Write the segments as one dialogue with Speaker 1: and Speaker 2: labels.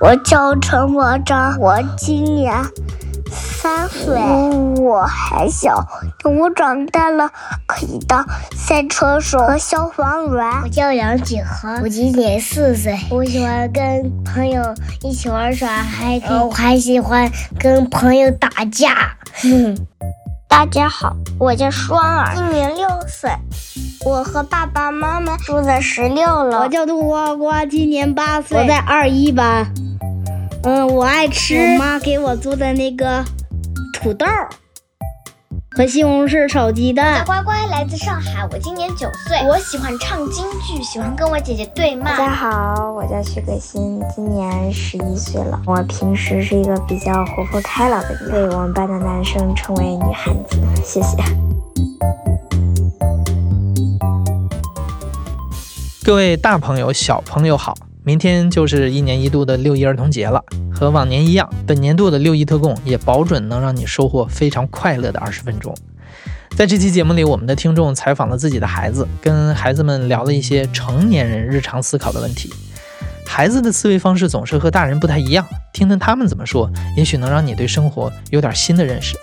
Speaker 1: 我叫陈国章，我今年三岁，我还小。等我长大了，可以当赛车手和消防员。
Speaker 2: 我叫杨景和，我今年四岁。我喜欢跟朋友一起玩耍，还可以，
Speaker 1: 哦
Speaker 2: 我还喜欢跟朋友打 架。
Speaker 1: 大家好，我叫双儿，今年六岁。我和爸爸妈妈住在十六楼。
Speaker 3: 我叫杜呱呱，今年八岁，我在二一班。嗯，我爱吃我妈给我做的那个土豆儿和西红柿炒鸡蛋。
Speaker 4: 乖乖来自上海，我今年九岁，我喜欢唱京剧，喜欢跟我姐姐对骂。
Speaker 5: 大家好，我叫徐可欣，今年十一岁了。我平时是一个比较活泼开朗的人，被我们班的男生称为“女汉子”。谢谢。
Speaker 6: 各位大朋友、小朋友好！明天就是一年一度的六一儿童节了。和往年一样，本年度的六一特供也保准能让你收获非常快乐的二十分钟。在这期节目里，我们的听众采访了自己的孩子，跟孩子们聊了一些成年人日常思考的问题。孩子的思维方式总是和大人不太一样，听听他们怎么说，也许能让你对生活有点新的认识。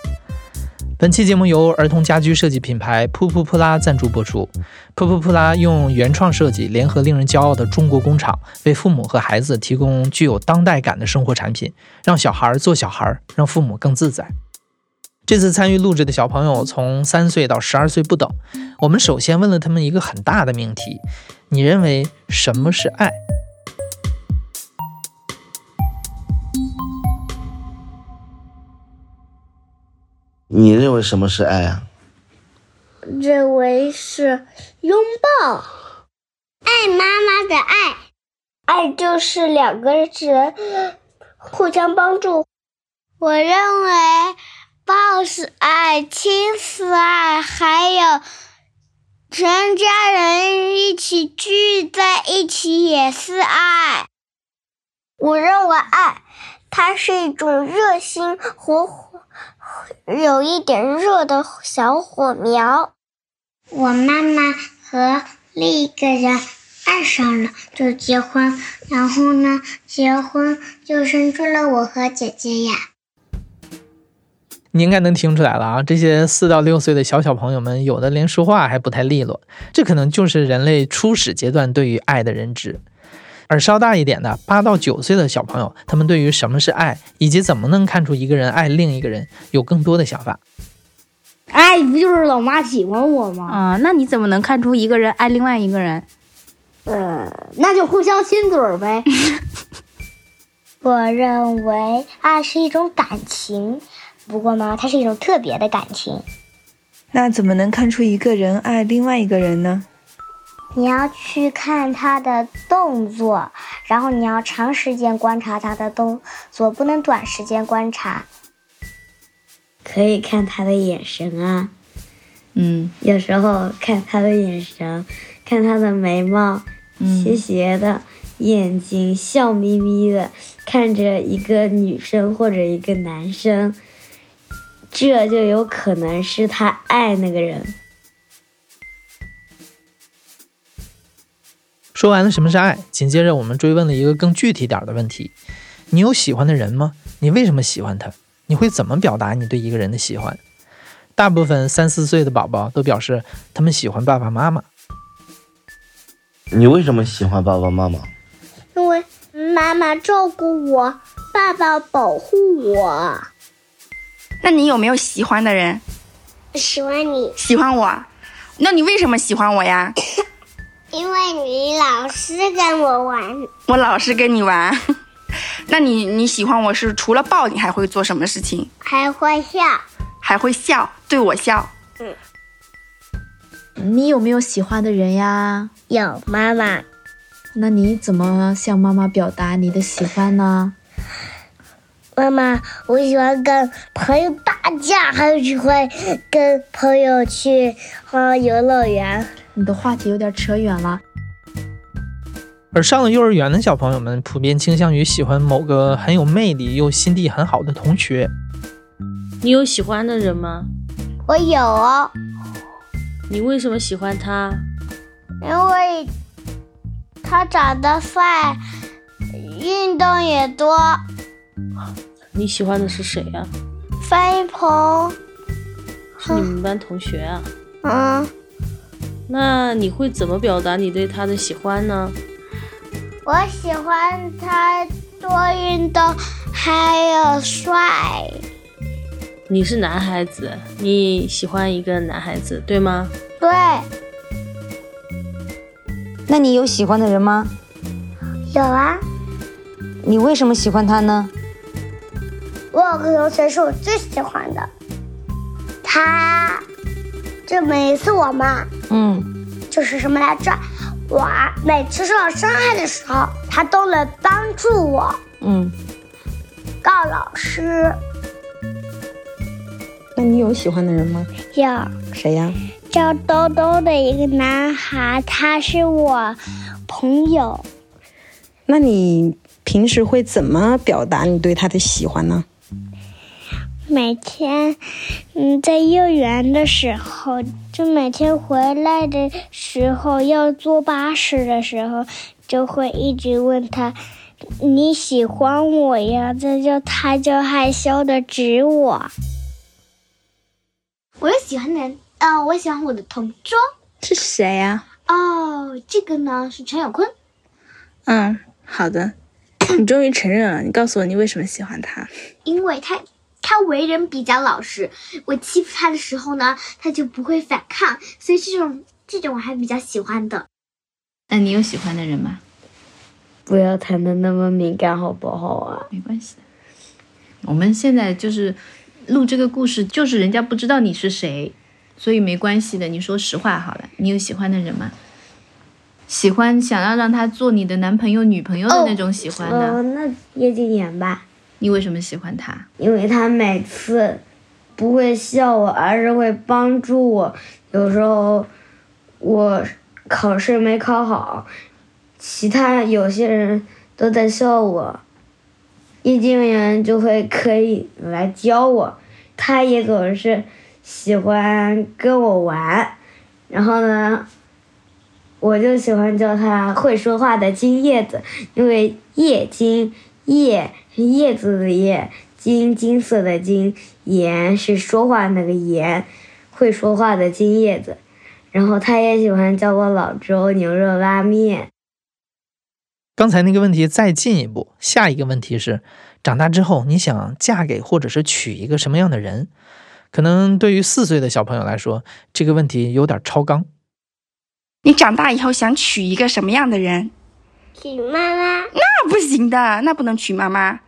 Speaker 6: 本期节目由儿童家居设计品牌噗噗噗啦赞助播出。噗噗噗啦用原创设计，联合令人骄傲的中国工厂，为父母和孩子提供具有当代感的生活产品，让小孩儿做小孩儿，让父母更自在。这次参与录制的小朋友从三岁到十二岁不等，我们首先问了他们一个很大的命题：你认为什么是爱？
Speaker 7: 你认为什么是爱啊？
Speaker 2: 认为是拥抱，
Speaker 1: 爱妈妈的爱，爱就是两个人互相帮助。
Speaker 2: 我认为抱是爱，亲是
Speaker 1: 啊
Speaker 2: 爱，还有全家人一起聚在一起也是爱。
Speaker 1: 我认为爱，它是一种热心火火，有一点热的小火苗。
Speaker 2: 我妈妈和另一个人爱上了，就结婚，然后呢，结婚就生出了我和姐姐呀。
Speaker 6: 你应该能听出来了啊！这些四到六岁的小小朋友们，有的连说话还不太利落，这可能就是人类初始阶段对于爱的认知。而稍大一点的八到九岁的小朋友，他们对于什么是爱，以及怎么能看出一个人爱另一个人，有更多的想法。
Speaker 3: 爱哎不就是老妈喜欢我吗？
Speaker 8: 啊、那你怎么能看出一个人爱另外一个人？
Speaker 3: 呃，那就互相亲嘴儿呗。
Speaker 4: 我认为爱是一种感情，不过呢，它是一种特别的感情。
Speaker 9: 那怎么能看出一个人爱另外一个人呢？
Speaker 4: 你要去看他的动作，然后你要长时间观察他的动作，不能短时间观察。
Speaker 5: 可以看他的眼神啊，
Speaker 8: 嗯
Speaker 5: 有时候看他的眼神，看他的眉毛
Speaker 10: 嗯
Speaker 5: 斜斜的，眼睛笑眯眯的看着一个女生或者一个男生，这就有可能是他爱那个人。
Speaker 6: 说完了什么是爱，紧接着我们追问了一个更具体点儿的问题：你有喜欢的人吗？你为什么喜欢他？你会怎么表达你对一个人的喜欢？大部分三四岁的宝宝都表示他们喜欢爸爸妈妈。
Speaker 7: 你为什么喜欢爸爸妈妈？
Speaker 1: 因为妈妈照顾我，爸爸保护我。
Speaker 8: 那你有没有喜欢的人？
Speaker 1: 喜欢你，
Speaker 8: 喜欢我？那你为什么喜欢我呀？
Speaker 1: 因为你老是跟我玩，
Speaker 8: 我老是跟你玩。 那你你喜欢我是除了抱你还会做什么事情？
Speaker 1: 还会笑。
Speaker 8: 还会笑，对我笑。
Speaker 11: 嗯
Speaker 12: 你有没有喜欢的人呀？
Speaker 2: 有妈妈，
Speaker 12: 那你怎么向妈妈表达你的喜欢呢？
Speaker 2: 妈妈，我喜欢跟朋友打架，还有喜欢跟朋友去啊游乐园。
Speaker 12: 你的话题有点扯远了。
Speaker 6: 而上了幼儿园的小朋友们，普遍倾向于喜欢某个很有魅力又心地很好的同学。
Speaker 11: 你有喜欢的人吗？
Speaker 1: 我有哦，
Speaker 11: 你为什么喜欢他？
Speaker 1: 因为他长得帅，
Speaker 13: 运动也多。
Speaker 11: 你喜欢的是谁呀、
Speaker 13: 翻一鹏，
Speaker 11: 是你们班同学啊？
Speaker 13: 嗯，
Speaker 11: 那你会怎么表达你对他的喜欢呢？
Speaker 13: 我喜欢他多运动，还有帅。
Speaker 11: 你是男孩子，你喜欢一个男孩子，对吗？
Speaker 13: 对，
Speaker 10: 那你有喜欢的人吗？
Speaker 14: 有啊，
Speaker 10: 你为什么喜欢他呢？
Speaker 14: 我有个同学是我最喜欢的，他就每次我们
Speaker 10: 嗯，
Speaker 14: 就是什么来着，我每次受到伤害的时候，他都能帮助我
Speaker 10: 嗯，
Speaker 14: 告老师。
Speaker 10: 那你有喜欢的人吗？
Speaker 2: 有
Speaker 10: 谁呀？
Speaker 2: 叫兜兜的一个男孩，他是我朋友。
Speaker 10: 那你平时会怎么表达你对他的喜欢呢？
Speaker 2: 每天，嗯，在幼儿园的时候，就每天回来的时候，要坐巴士的时候，就会一直问他：“你喜欢我呀？”这就他就害羞的指我。
Speaker 15: 我有喜欢的人，呃，我喜欢我的同桌。
Speaker 16: 是谁啊呀、
Speaker 15: 哦，这个呢是陈小坤，
Speaker 16: 嗯，好的， 你终于承认了。你告诉我你为什么喜欢他？
Speaker 15: 因为他他为人比较老实，我欺负他的时候呢，他就不会反抗，所以这种这种我还比较喜欢的。
Speaker 16: 那呃你有喜欢的人吗？
Speaker 5: 不要谈的那么敏感，好不好啊？
Speaker 16: 没关系，我们现在就是录这个故事，就是人家不知道你是谁，所以没关系的。你说实话好了，你有喜欢的人吗？喜欢想要让他做你的男朋友、女朋友的那种喜欢呢？
Speaker 5: 哦，那叶静言吧，
Speaker 16: 你为什么喜欢他？
Speaker 5: 因为他每次不会笑我，而是会帮助我。有时候我考试没考好，其他有些人都在笑我，叶静言就会可以来教我。他也总是喜欢跟我玩，然后呢，我就喜欢叫他会说话的金叶子，因为叶金叶是叶子的叶，金金色的金，言是说话那个言，会说话的金叶子。然后他也喜欢叫我老周牛肉拉面。
Speaker 6: 刚才那个问题再进一步，下一个问题是：长大之后你想嫁给或者是娶一个什么样的人？可能对于四岁的小朋友来说，这个问题有点超纲。
Speaker 1: 你长大以后想娶一个什么样的人？
Speaker 2: 娶妈妈
Speaker 1: 那不行的，那不能娶妈妈，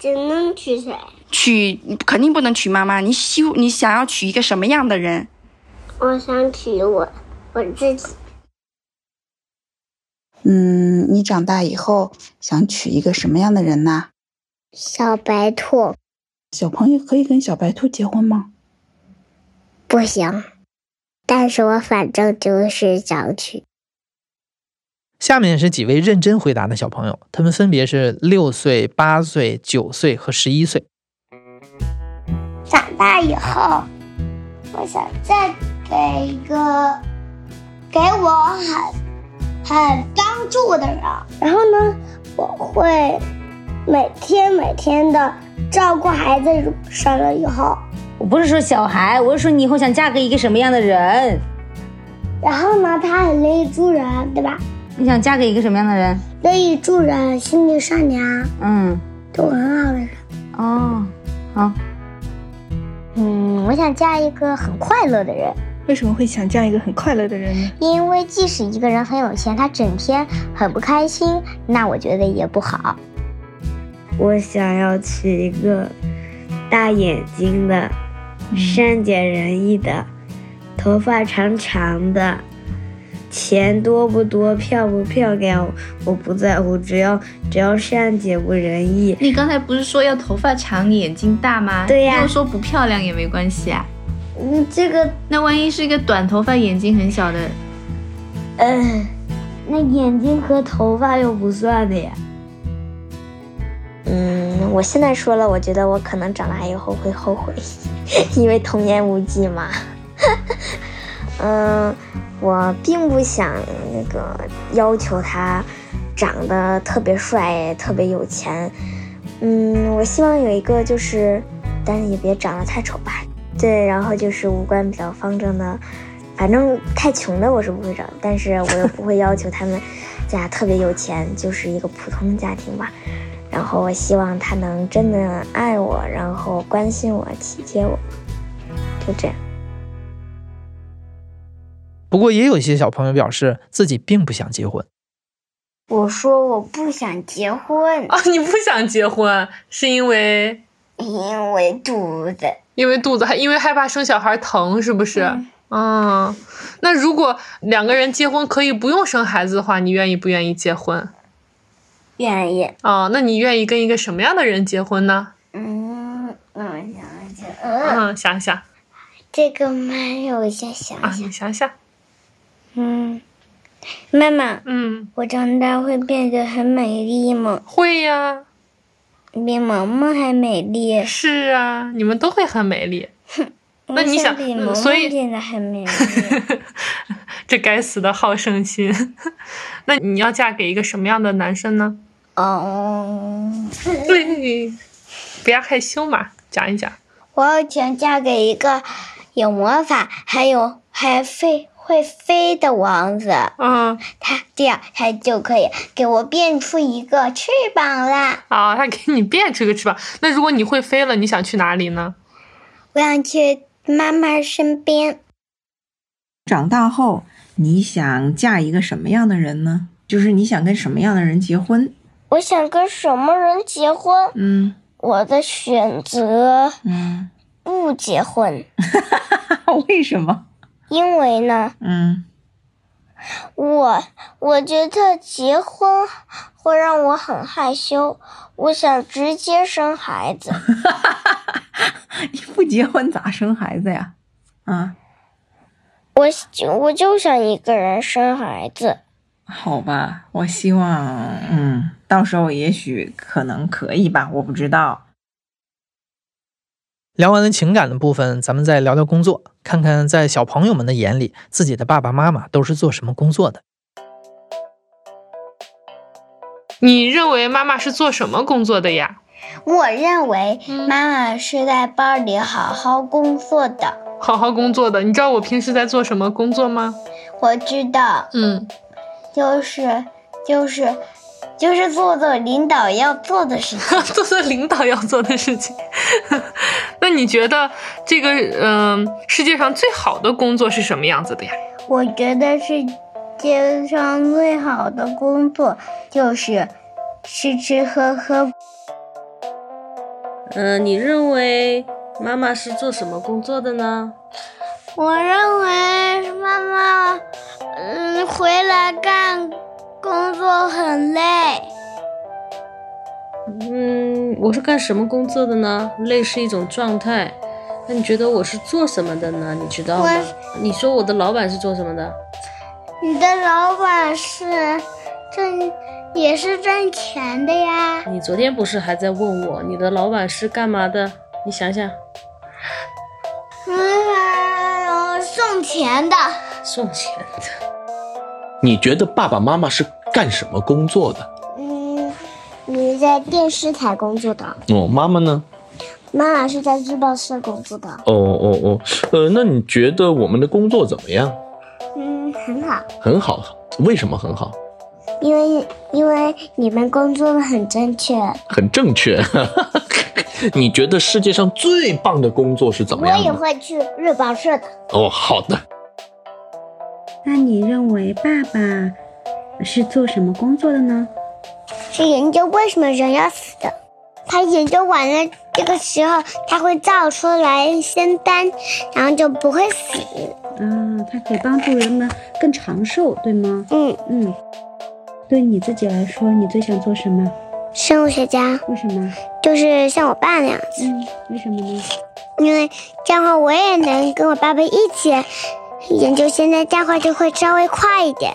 Speaker 2: 只能娶谁？
Speaker 1: 娶肯定不能娶妈妈。你希你想要娶一个什么样的人？
Speaker 2: 我想娶我我自己。
Speaker 17: 嗯，你长大以后想娶一个什么样的人呐？
Speaker 2: 小白兔
Speaker 17: 小朋友可以跟小白兔结婚吗？
Speaker 2: 不行，但是我反正就是想娶。
Speaker 6: 下面是几位认真回答的小朋友，他们分别是六岁、八岁、九岁和十一岁。
Speaker 13: 长大以后，我想再给一个给我很很帮助我的人。
Speaker 2: 然后呢，我会每天每天的照顾孩子上了以后，
Speaker 10: 我不是说小孩，我是说你以后想嫁给一个什么样的人？
Speaker 2: 然后呢，他很乐意助人，对吧？
Speaker 10: 你想嫁给一个什么样的人？
Speaker 2: 乐意助人，心地善良，
Speaker 10: 嗯，
Speaker 2: 对我很好的人。
Speaker 10: 哦，好，
Speaker 18: 嗯，我想嫁一个很快乐的人。为什么会想嫁一个很快乐的人呢？
Speaker 19: 因为即使一个人很有钱，他整天很不开心，那我觉得也不好。
Speaker 5: 我想要娶一个大眼睛的、善解人意的、头发长长的，钱多不多、漂不漂亮，我不在乎，只要只要善解不人意。
Speaker 16: 你刚才不是说要头发长、眼睛大吗？
Speaker 5: 对呀
Speaker 16: 如果说不漂亮也没关系啊。
Speaker 5: 嗯，这个
Speaker 16: 那万一是一个短头发、眼睛很小的，
Speaker 5: 嗯，那眼睛和头发又不算的呀。
Speaker 19: 嗯，我现在说了，我觉得我可能长大以后会后 悔，因为童言无忌嘛。嗯，我并不想那个要求他
Speaker 20: 长得特别帅、特别有钱。嗯，我希望有一个就是，但是也别长得太丑吧。对，然后就是五官比较方正的，反正太穷的我是不会找，但是我又不会要求他们 家特别有钱，就是一个普通的家庭吧。然后我希望他能真的爱我，然后关心我、体贴我，就这样。
Speaker 6: 不过也有一些小朋友表示自己并不想结婚，
Speaker 21: 我说我不想结婚
Speaker 22: 啊！你不想结婚是因为
Speaker 21: 因为肚子，
Speaker 22: 因为肚子，还因为害怕生小孩疼，是不是？嗯、那如果两个人结婚可以不用生孩子的话，你愿意不愿意结婚？
Speaker 21: 愿意。
Speaker 22: 啊，那你愿意跟一个什么样的人结婚呢？
Speaker 21: 嗯嗯，想想，嗯，
Speaker 22: 嗯，想一想
Speaker 21: 这个蛮有一些想
Speaker 22: 啊，你想想，
Speaker 21: 嗯，妈妈，
Speaker 22: 嗯，
Speaker 21: 我长大会变得很美丽吗？
Speaker 22: 会呀，
Speaker 21: 比萌萌还美丽。
Speaker 22: 是啊，你们都会很美丽。那你想
Speaker 21: 我比萌
Speaker 22: 所以
Speaker 21: 萌变得很美丽，
Speaker 22: 这该死的好胜心。 那你要嫁给一个什么样的男生呢？
Speaker 21: 哦，
Speaker 22: 对，不要害羞嘛，讲一讲。
Speaker 21: 我想嫁给一个有魔法，还有还飞会飞的王子。
Speaker 22: 嗯，
Speaker 21: 他这样他就可以给我变出一个翅膀啦。
Speaker 22: 啊，他给你变出一个翅膀。那如果你会飞了，你想去哪里呢？
Speaker 21: 我想去妈妈身边。
Speaker 17: 长大后你想嫁一个什么样的人呢？就是你想跟什么样的人结婚？
Speaker 9: 我想跟什么人结婚？
Speaker 17: 嗯，
Speaker 9: 我的选择，
Speaker 17: 嗯，
Speaker 9: 不结婚，
Speaker 17: 为什么？
Speaker 9: 因为呢，
Speaker 17: 嗯
Speaker 9: 我我觉得结婚会让我很害羞，我想直接生孩子。
Speaker 17: 不结婚咋生孩子呀？啊，
Speaker 9: 我就我就想一个人生孩子。
Speaker 17: 好吧，我希望，嗯，到时候也许可能可以吧，我不知道。
Speaker 6: 聊完了情感的部分，咱们再聊聊工作，看看在小朋友们的眼里，自己的爸爸妈妈都是做什么工作的。
Speaker 22: 你认为妈妈是做什么工作的呀？
Speaker 21: 我认为妈妈是在班里好好工作的。
Speaker 22: 好好工作的。你知道我平时在做什么工作吗？
Speaker 21: 我知道，
Speaker 22: 嗯，
Speaker 21: 就是就是就是做做领导要做的事情。
Speaker 22: 做做领导要做的事情。那你觉得这个嗯、世界上最好的工作是什么样子的呀？
Speaker 21: 我觉得世界上最好的工作就是吃吃喝喝。
Speaker 11: 嗯、你认为妈妈是做什么工作的呢？
Speaker 2: 我认为妈妈，嗯，回来干工作很累。
Speaker 11: 嗯，我是干什么工作的呢？累是一种状态。那你觉得我是做什么的呢？你知道吗？你说我的老板是做什么的？
Speaker 2: 你的老板是挣，也是挣钱的呀。
Speaker 11: 你昨天不是还在问我你的老板是干嘛的？你想想，
Speaker 2: 嗯，送钱的。
Speaker 11: 送钱的。
Speaker 23: 你觉得爸爸妈妈是干什么工作的？
Speaker 4: 嗯，你在电视台工作的，
Speaker 23: 哦，妈妈呢？
Speaker 4: 妈妈是在日报社工作的。
Speaker 23: 哦哦哦，呃，那你觉得我们的工作怎么样？
Speaker 4: 嗯，很好，
Speaker 23: 很好，为什么很好？
Speaker 4: 因为因为你们工作的很正确。
Speaker 23: 很正确。 你觉得世界上最棒的工作是怎么
Speaker 4: 我
Speaker 23: 样
Speaker 4: 也
Speaker 23: 的？
Speaker 4: 会去日报社的。
Speaker 23: 哦，好的。
Speaker 24: 那你认为爸爸是做什么工作的呢？
Speaker 4: 是研究为什么人要死的。他研究完了这个时候，他会造出来仙丹，然后就不会死。
Speaker 24: 啊，它可以帮助人们更长寿，对吗？
Speaker 4: 嗯
Speaker 24: 嗯。对你自己来说，你最想做什么？
Speaker 4: 生物学家
Speaker 24: 为什么？
Speaker 4: 就是像我爸那样子，
Speaker 24: 嗯，为什么呢？
Speaker 4: 因为这样的话我也能跟我爸爸一起研究仙丹，这样的话就会稍微快一点。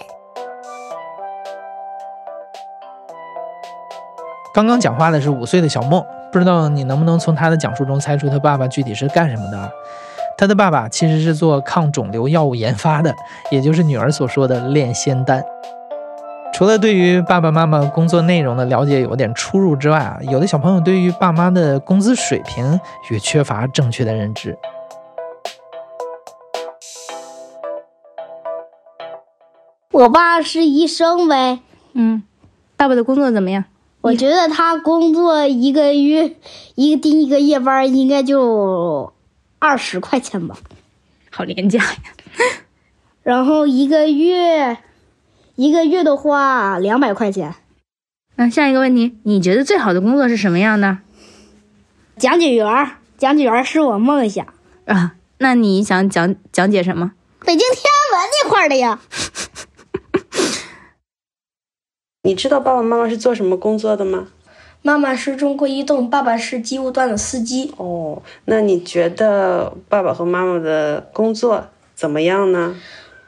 Speaker 6: 刚刚讲话的是五岁的小梦，不知道你能不能从他的讲述中猜出他爸爸具体是干什么的啊？他的爸爸其实是做抗肿瘤药物研发的，也就是女儿所说的炼仙丹。除了对于爸爸妈妈工作内容的了解有点出入之外啊，有的小朋友对于爸妈的工资水平也缺乏正确的认知。
Speaker 25: 我爸是医生呗，
Speaker 16: 嗯，爸爸的工作怎么样？
Speaker 25: 我觉得他工作一个月一个第一个夜班应该就二十块钱吧，
Speaker 16: 好廉价呀。
Speaker 25: 然后一个月一个月的话两百块钱。
Speaker 16: 那、啊、下一个问题，你觉得最好的工作是什么样的？
Speaker 25: 讲解员，讲解员是我梦想
Speaker 16: 啊。那你想讲讲解什么？
Speaker 25: 北京天安门那块的呀。
Speaker 26: 你知道爸爸妈妈是做什么工作的吗？
Speaker 27: 妈妈是中国移动，爸爸是机务段的司机。
Speaker 26: 哦，那你觉得爸爸和妈妈的工作怎么样呢？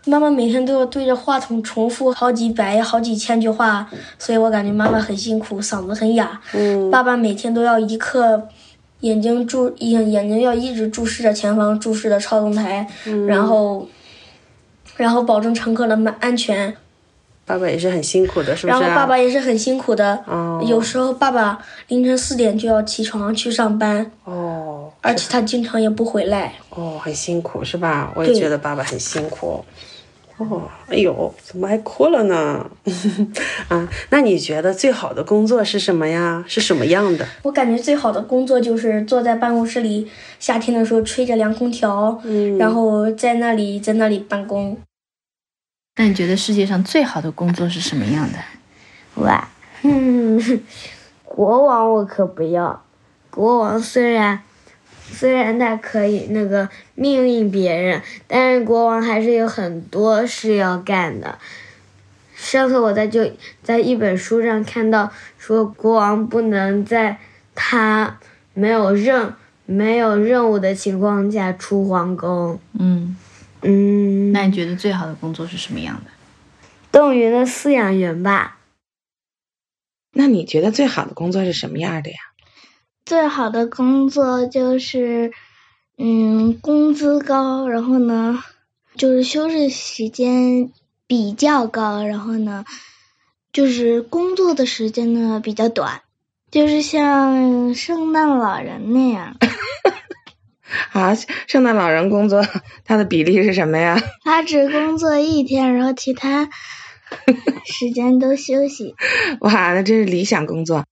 Speaker 27: 妈妈每天都要对着话筒重复好几百、好几千句话，所以我感觉妈妈很辛苦，嗓子很哑。嗯，爸爸每天都要一刻。眼睛注眼眼睛要一直注视着前方，注视着操纵台，嗯、然后，然后保证乘客的安安全。
Speaker 26: 爸爸也是很辛苦的，是不是、啊？
Speaker 27: 然后爸爸也是很辛苦的。哦。有时候爸爸凌晨四点就要起床去上班。
Speaker 26: 哦。
Speaker 27: 而且他经常也不回来。
Speaker 26: 哦，很辛苦是吧？我也觉得爸爸很辛苦。哦，哎呦，怎么还哭了呢？ 啊，那你觉得最好的工作是什么呀？是什么样的？
Speaker 27: 我感觉最好的工作就是坐在办公室里，夏天的时候吹着凉空调，嗯、然后在那里在那里办公。
Speaker 16: 那你觉得世界上最好的工作是什么样的？
Speaker 5: 我，嗯， 国王我可不要。国王虽然。虽然他可以那个命令别人，但是国王还是有很多事要干的。上次我在就在一本书上看到说，国王不能在他没有任没有任务的情况下出皇宫。
Speaker 16: 嗯
Speaker 5: 嗯，嗯
Speaker 16: 那你觉得最好的工作是什么样的？
Speaker 5: 动物园的饲养员吧。
Speaker 26: 那你觉得最好的工作是什么样的呀？
Speaker 9: 最好的工作就是，嗯，工资高，然后呢，就是休息时间比较高，然后呢，就是工作的时间呢比较短，就是像圣诞老人那样。
Speaker 26: 啊，圣诞老人工作他的比例是什么呀？
Speaker 9: 他只工作一天，然后其他时间都休息。
Speaker 26: 哇，那真是理想工作。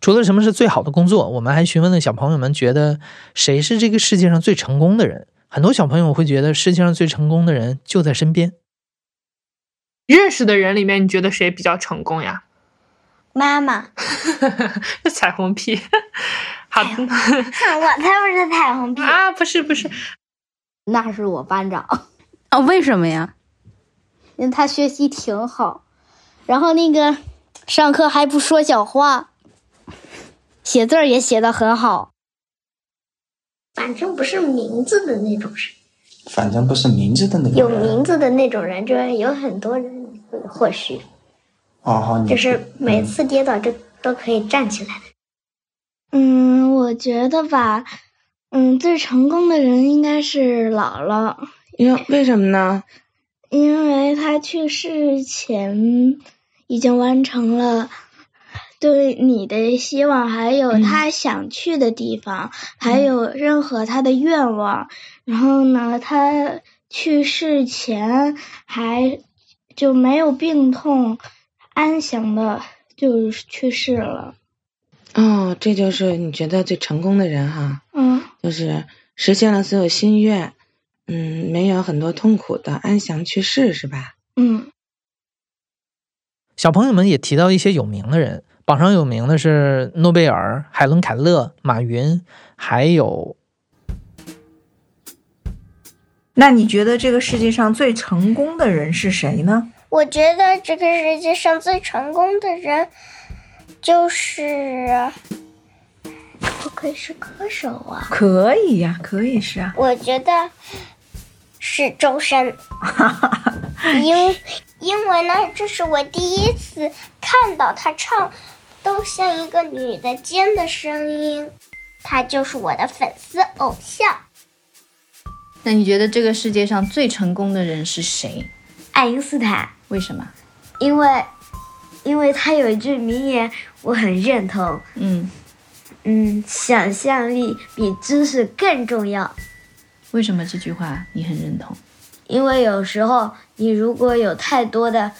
Speaker 6: 除了什么是最好的工作，我们还询问了小朋友们觉得谁是这个世界上最成功的人。很多小朋友会觉得世界上最成功的人就在身边。
Speaker 22: 认识的人里面，你觉得谁比较成功呀？
Speaker 2: 妈 妈。
Speaker 22: 彩虹屁。好的。我
Speaker 2: 哎 才不是彩虹屁
Speaker 22: 啊！不是不是，
Speaker 25: 那是我班长。
Speaker 16: 啊、哦？为什么呀？
Speaker 25: 因为他学习挺好，然后那个上课还不说小话。写字儿也写的很好，
Speaker 2: 反正不是名字的那种人。
Speaker 28: 反正不是名字的那种。
Speaker 2: 有名字的那种人，就是有很多人，或许。
Speaker 28: 哦，
Speaker 2: 就是每次跌倒就都可以站起来。
Speaker 9: 嗯，我觉得吧，嗯，最成功的人应该是姥姥。
Speaker 26: 因为什么呢？
Speaker 9: 因为她去世前已经完成了。对你的希望，还有
Speaker 26: 嗯
Speaker 9: 他想去的地方，嗯、还有任何他的愿望。嗯、然后呢，他去世前还就没有病痛，安详的就去世了。
Speaker 26: 哦，这就是你觉得最成功的人哈。
Speaker 9: 嗯，
Speaker 26: 就是实现了所有心愿，嗯，没有很多痛苦的安详去世是吧？
Speaker 9: 嗯。
Speaker 6: 小朋友们也提到一些有名的人。榜上有名的是诺贝尔、海伦·凯勒、马云，还有……
Speaker 17: 那你觉得这个世界上最成功的人是谁呢？
Speaker 9: 我觉得这个世界上最成功的人就是……我可以是歌手啊！
Speaker 17: 可以呀、啊，可以是啊。
Speaker 2: 我觉得是周深，因 因为呢，这是我第一次看到他唱。都像一个女的尖的声音，她就是我的粉丝偶像。
Speaker 16: 那你觉得这个世界上最成功的人是谁？
Speaker 5: 爱因斯坦。
Speaker 16: 为什么？
Speaker 5: 因为因为他有一句名言我很认同，
Speaker 16: 嗯
Speaker 5: 嗯，想象力比知识更重要。
Speaker 16: 为什么这句话你很认同？
Speaker 5: 因为有时候你如果有太多的，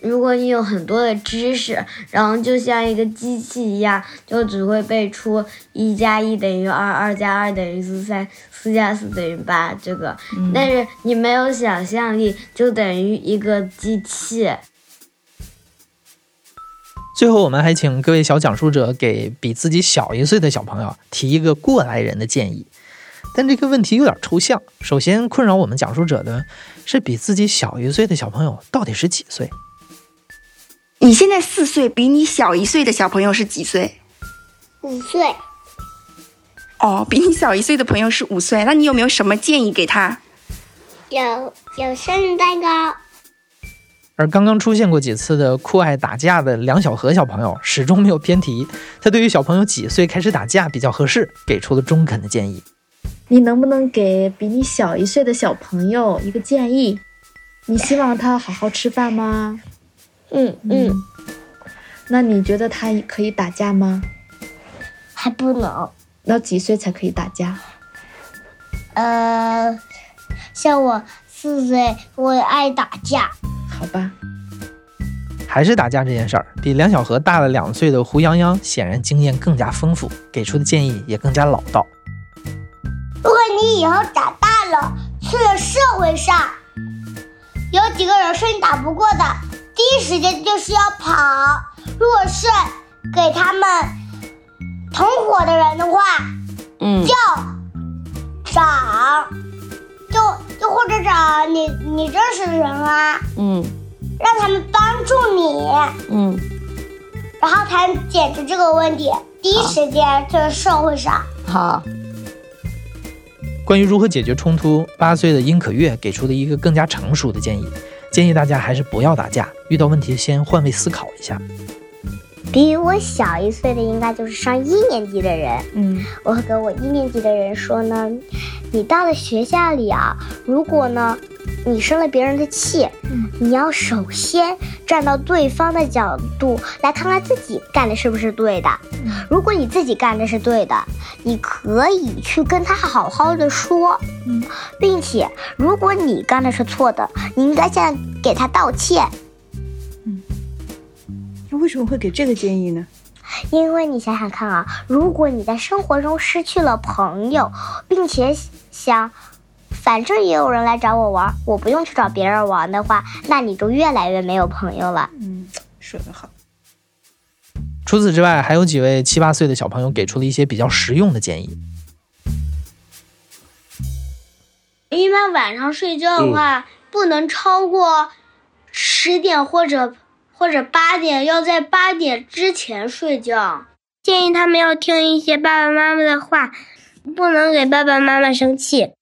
Speaker 5: 如果你有很多的知识，然后就像一个机器一样，就只会背出一加一等于二，二加二等于四，三四加四等于八这个。
Speaker 16: 嗯
Speaker 5: 但是你没有想象力，就等于一个机器。
Speaker 6: 最后，我们还请各位小讲述者给比自己小一岁的小朋友提一个过来人的建议。但这个问题有点抽象。首先，困扰我们讲述者的是比自己小一岁的小朋友到底是几岁？
Speaker 1: 你现在四岁，比你小一岁的小朋友是几岁？
Speaker 4: 五岁，
Speaker 1: 哦，比你小一岁的朋友是五岁，那你有没有什么建议给他？
Speaker 4: 有有生日蛋糕，
Speaker 6: 而刚刚出现过几次的酷爱打架的梁小河小朋友始终没有偏题，他对于小朋友几岁开始打架比较合适，给出了中肯的建议。
Speaker 7: 你能不能给比你小一岁的小朋友一个建议？你希望他好好吃饭吗？
Speaker 4: 嗯嗯，
Speaker 7: 那你觉得他可以打架吗？
Speaker 4: 还不能。
Speaker 7: 那几岁才可以打架？
Speaker 4: 呃，像我四岁，我爱打架。
Speaker 7: 好吧，
Speaker 6: 还是打架这件事儿，比梁小河大了两岁的胡泱泱显然经验更加丰富，给出的建议也更加老道。
Speaker 2: 如果你以后长大了，去了社会上，有几个人是你打不过的，第一时间就是要跑。如果是给他们同伙的人的话，
Speaker 8: 嗯
Speaker 2: 就找，就就或者找你你认识的人啊，
Speaker 8: 嗯
Speaker 2: 让他们帮助你，
Speaker 8: 嗯，
Speaker 2: 然后才能解决这个问题。第一时间就是社会上。
Speaker 8: 好，
Speaker 6: 关于如何解决冲突，八岁的殷可月给出了一个更加成熟的建议，建议大家还是不要打架，遇到问题先换位思考一下。
Speaker 4: 比我小一岁的应该就是上一年级的人。
Speaker 7: 嗯，
Speaker 4: 我会跟我一年级的人说呢，你到了学校里啊，如果呢你生了别人的气，
Speaker 7: 嗯
Speaker 4: 你要首先站到对方的角度来看看自己干的是不是对的。
Speaker 7: 嗯
Speaker 4: 如果你自己干的是对的，你可以去跟他好好的说，
Speaker 7: 嗯，
Speaker 4: 并且如果你干的是错的，你应该先给他道歉。
Speaker 1: 那为什么会给这个建议呢？
Speaker 4: 因为你想想看啊，如果你在生活中失去了朋友，并且想，反正也有人来找我玩，我不用去找别人玩的话，那你就越来越没有朋友了。
Speaker 1: 嗯，说得好。
Speaker 6: 除此之外，还有几位七八岁的小朋友给出了一些比较实用的建议。
Speaker 2: 一般晚上睡觉的话，不能超过十点或者或者八点，要在八点之前睡觉。建议他们要听一些爸爸妈妈的话，不能给爸爸妈妈生气。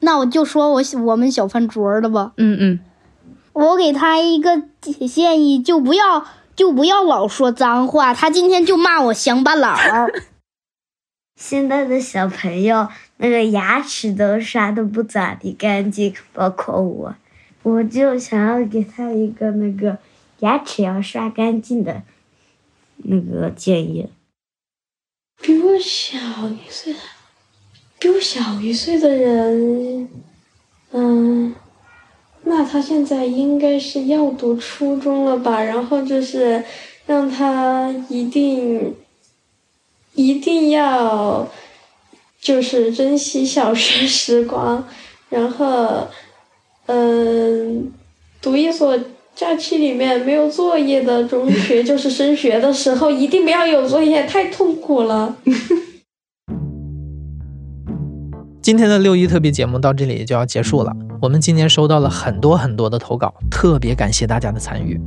Speaker 3: 那我就说我我们小饭桌儿的吧，
Speaker 7: 嗯嗯，
Speaker 3: 我给他一个建议，就不要就不要老说脏话。他今天就骂我乡巴佬儿，
Speaker 5: 现在的小朋友那个牙齿都刷的不咋地干净，包括我，我就想要给他一个那个牙齿要刷干净的那个建议。
Speaker 8: 比我小一岁，比我小一岁的人，嗯，那他现在应该是要读初中了吧？然后就是让他一定一定要就是珍惜小学时光，然后嗯，读一所假期里面没有作业的中学，就是升学的时候一定不要有作业，太痛苦了。
Speaker 6: 今天的六一特别节目到这里就要结束了。我们今年收到了很多很多的投稿，特别感谢大家的参与。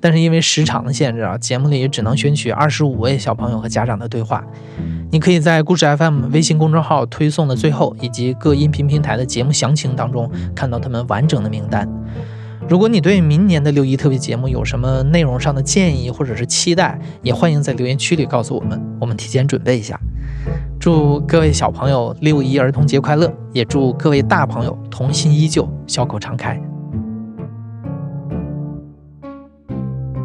Speaker 6: 但是因为时长的限制啊，节目里只能选取二十五位小朋友和家长的对话。你可以在故事 FM 微信公众号推送的最后，以及各音频平台的节目详情当中看到他们完整的名单。如果你对明年的六一特别节目有什么内容上的建议或者是期待，也欢迎在留言区里告诉我们，我们提前准备一下。祝各位小朋友六一儿童节快乐，也祝各位大朋友童心依旧，笑口常开。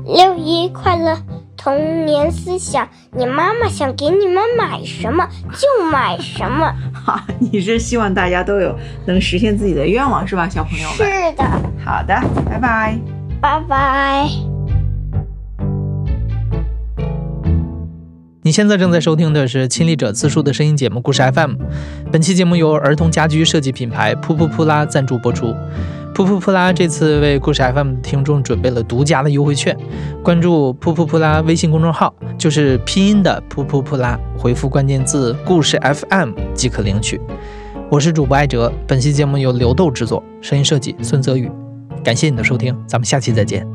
Speaker 2: 六一快乐，童年思想，你妈妈想给你们买什么就买什么。
Speaker 29: 好，你是希望大家都有能实现自己的愿望是吧，小朋友们？
Speaker 2: 是的。
Speaker 29: 好的，拜拜。
Speaker 2: 拜拜。
Speaker 6: 你现在正在收听的是《亲历者自述》的声音节目《故事 FM》，本期节目由儿童家居设计品牌噗噗噗啦赞助播出。噗噗噗啦这次为故事 FM 的听众准备了独家的优惠券，关注噗噗噗啦微信公众号，就是拼音的噗噗噗啦，回复关键字“故事 FM” 即可领取。我是主播艾哲，本期节目由刘豆制作，声音设计孙泽宇。感谢你的收听，咱们下期再见。